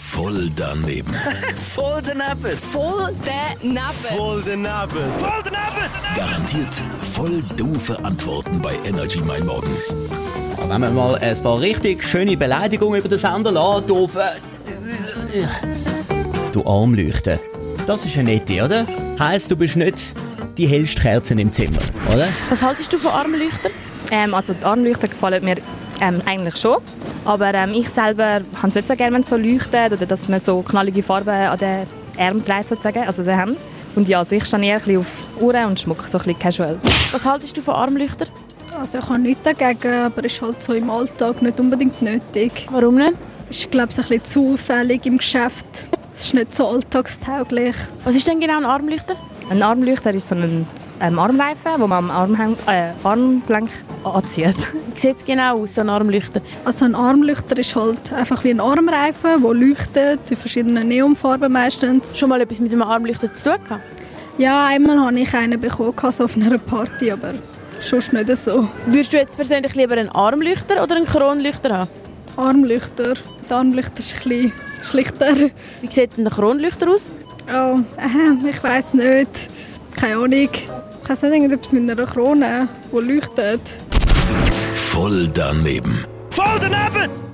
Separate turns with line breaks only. Voll daneben.
Voll daneben.
Voll daneben.
Voll daneben. Voll daneben.
Garantiert voll doofe Antworten bei Energy Mein Morgen.
Wenn wir mal ein paar richtig schöne Beleidigungen über den Sender lassen, doof. äh, Du Armleuchten. Das ist eine nette, oder? Heißt, du bist nicht die hellste Kerze im Zimmer, oder?
Was haltest du von Armleuchtern? Ähm, also die Armleuchter gefallen mir ähm, eigentlich schon. Aber ähm, ich selber habe es nicht so gerne, wenn es so leuchtet oder dass man so knallige Farben an den Armen trägt, sozusagen, also den Händen. Und ja, also ich stehe eher ein bisschen auf Uhren und Schmuck, so ein bisschen casual. Was haltest du von Armleuchtern?
Also ich habe nichts dagegen, aber ist halt so im Alltag nicht unbedingt nötig.
Warum nicht?
Ist, glaube ich, ein bisschen zufällig im Geschäft. Es ist nicht so alltagstauglich.
Was ist denn genau ein Armleuchter? Ein Armleuchter ist so ein ähm, Armreifen, wo man am Arm hängt, äh, Armgelenk anzieht.
Wie sieht es genau aus, so ein Armleuchter?
Also ein Armleuchter ist halt einfach wie ein Armreifen, der leuchtet, in verschiedenen Neonfarben meistens.
Schon mal etwas mit einem Armleuchter zu tun gehabt?
Ja, einmal habe ich einen bekommen, so auf einer Party, aber sonst nicht so.
Würdest du jetzt persönlich lieber einen Armleuchter oder einen Kronleuchter haben?
Armleuchter. Der Armleuchter ist ein bisschen schlichter.
Wie sieht denn ein Kronleuchter aus?
Oh, äh, ich weiß nicht. Keine Ahnung. Ich weiß nicht, irgendetwas mit einer Krone, die leuchtet.
Voll daneben.
Voll daneben!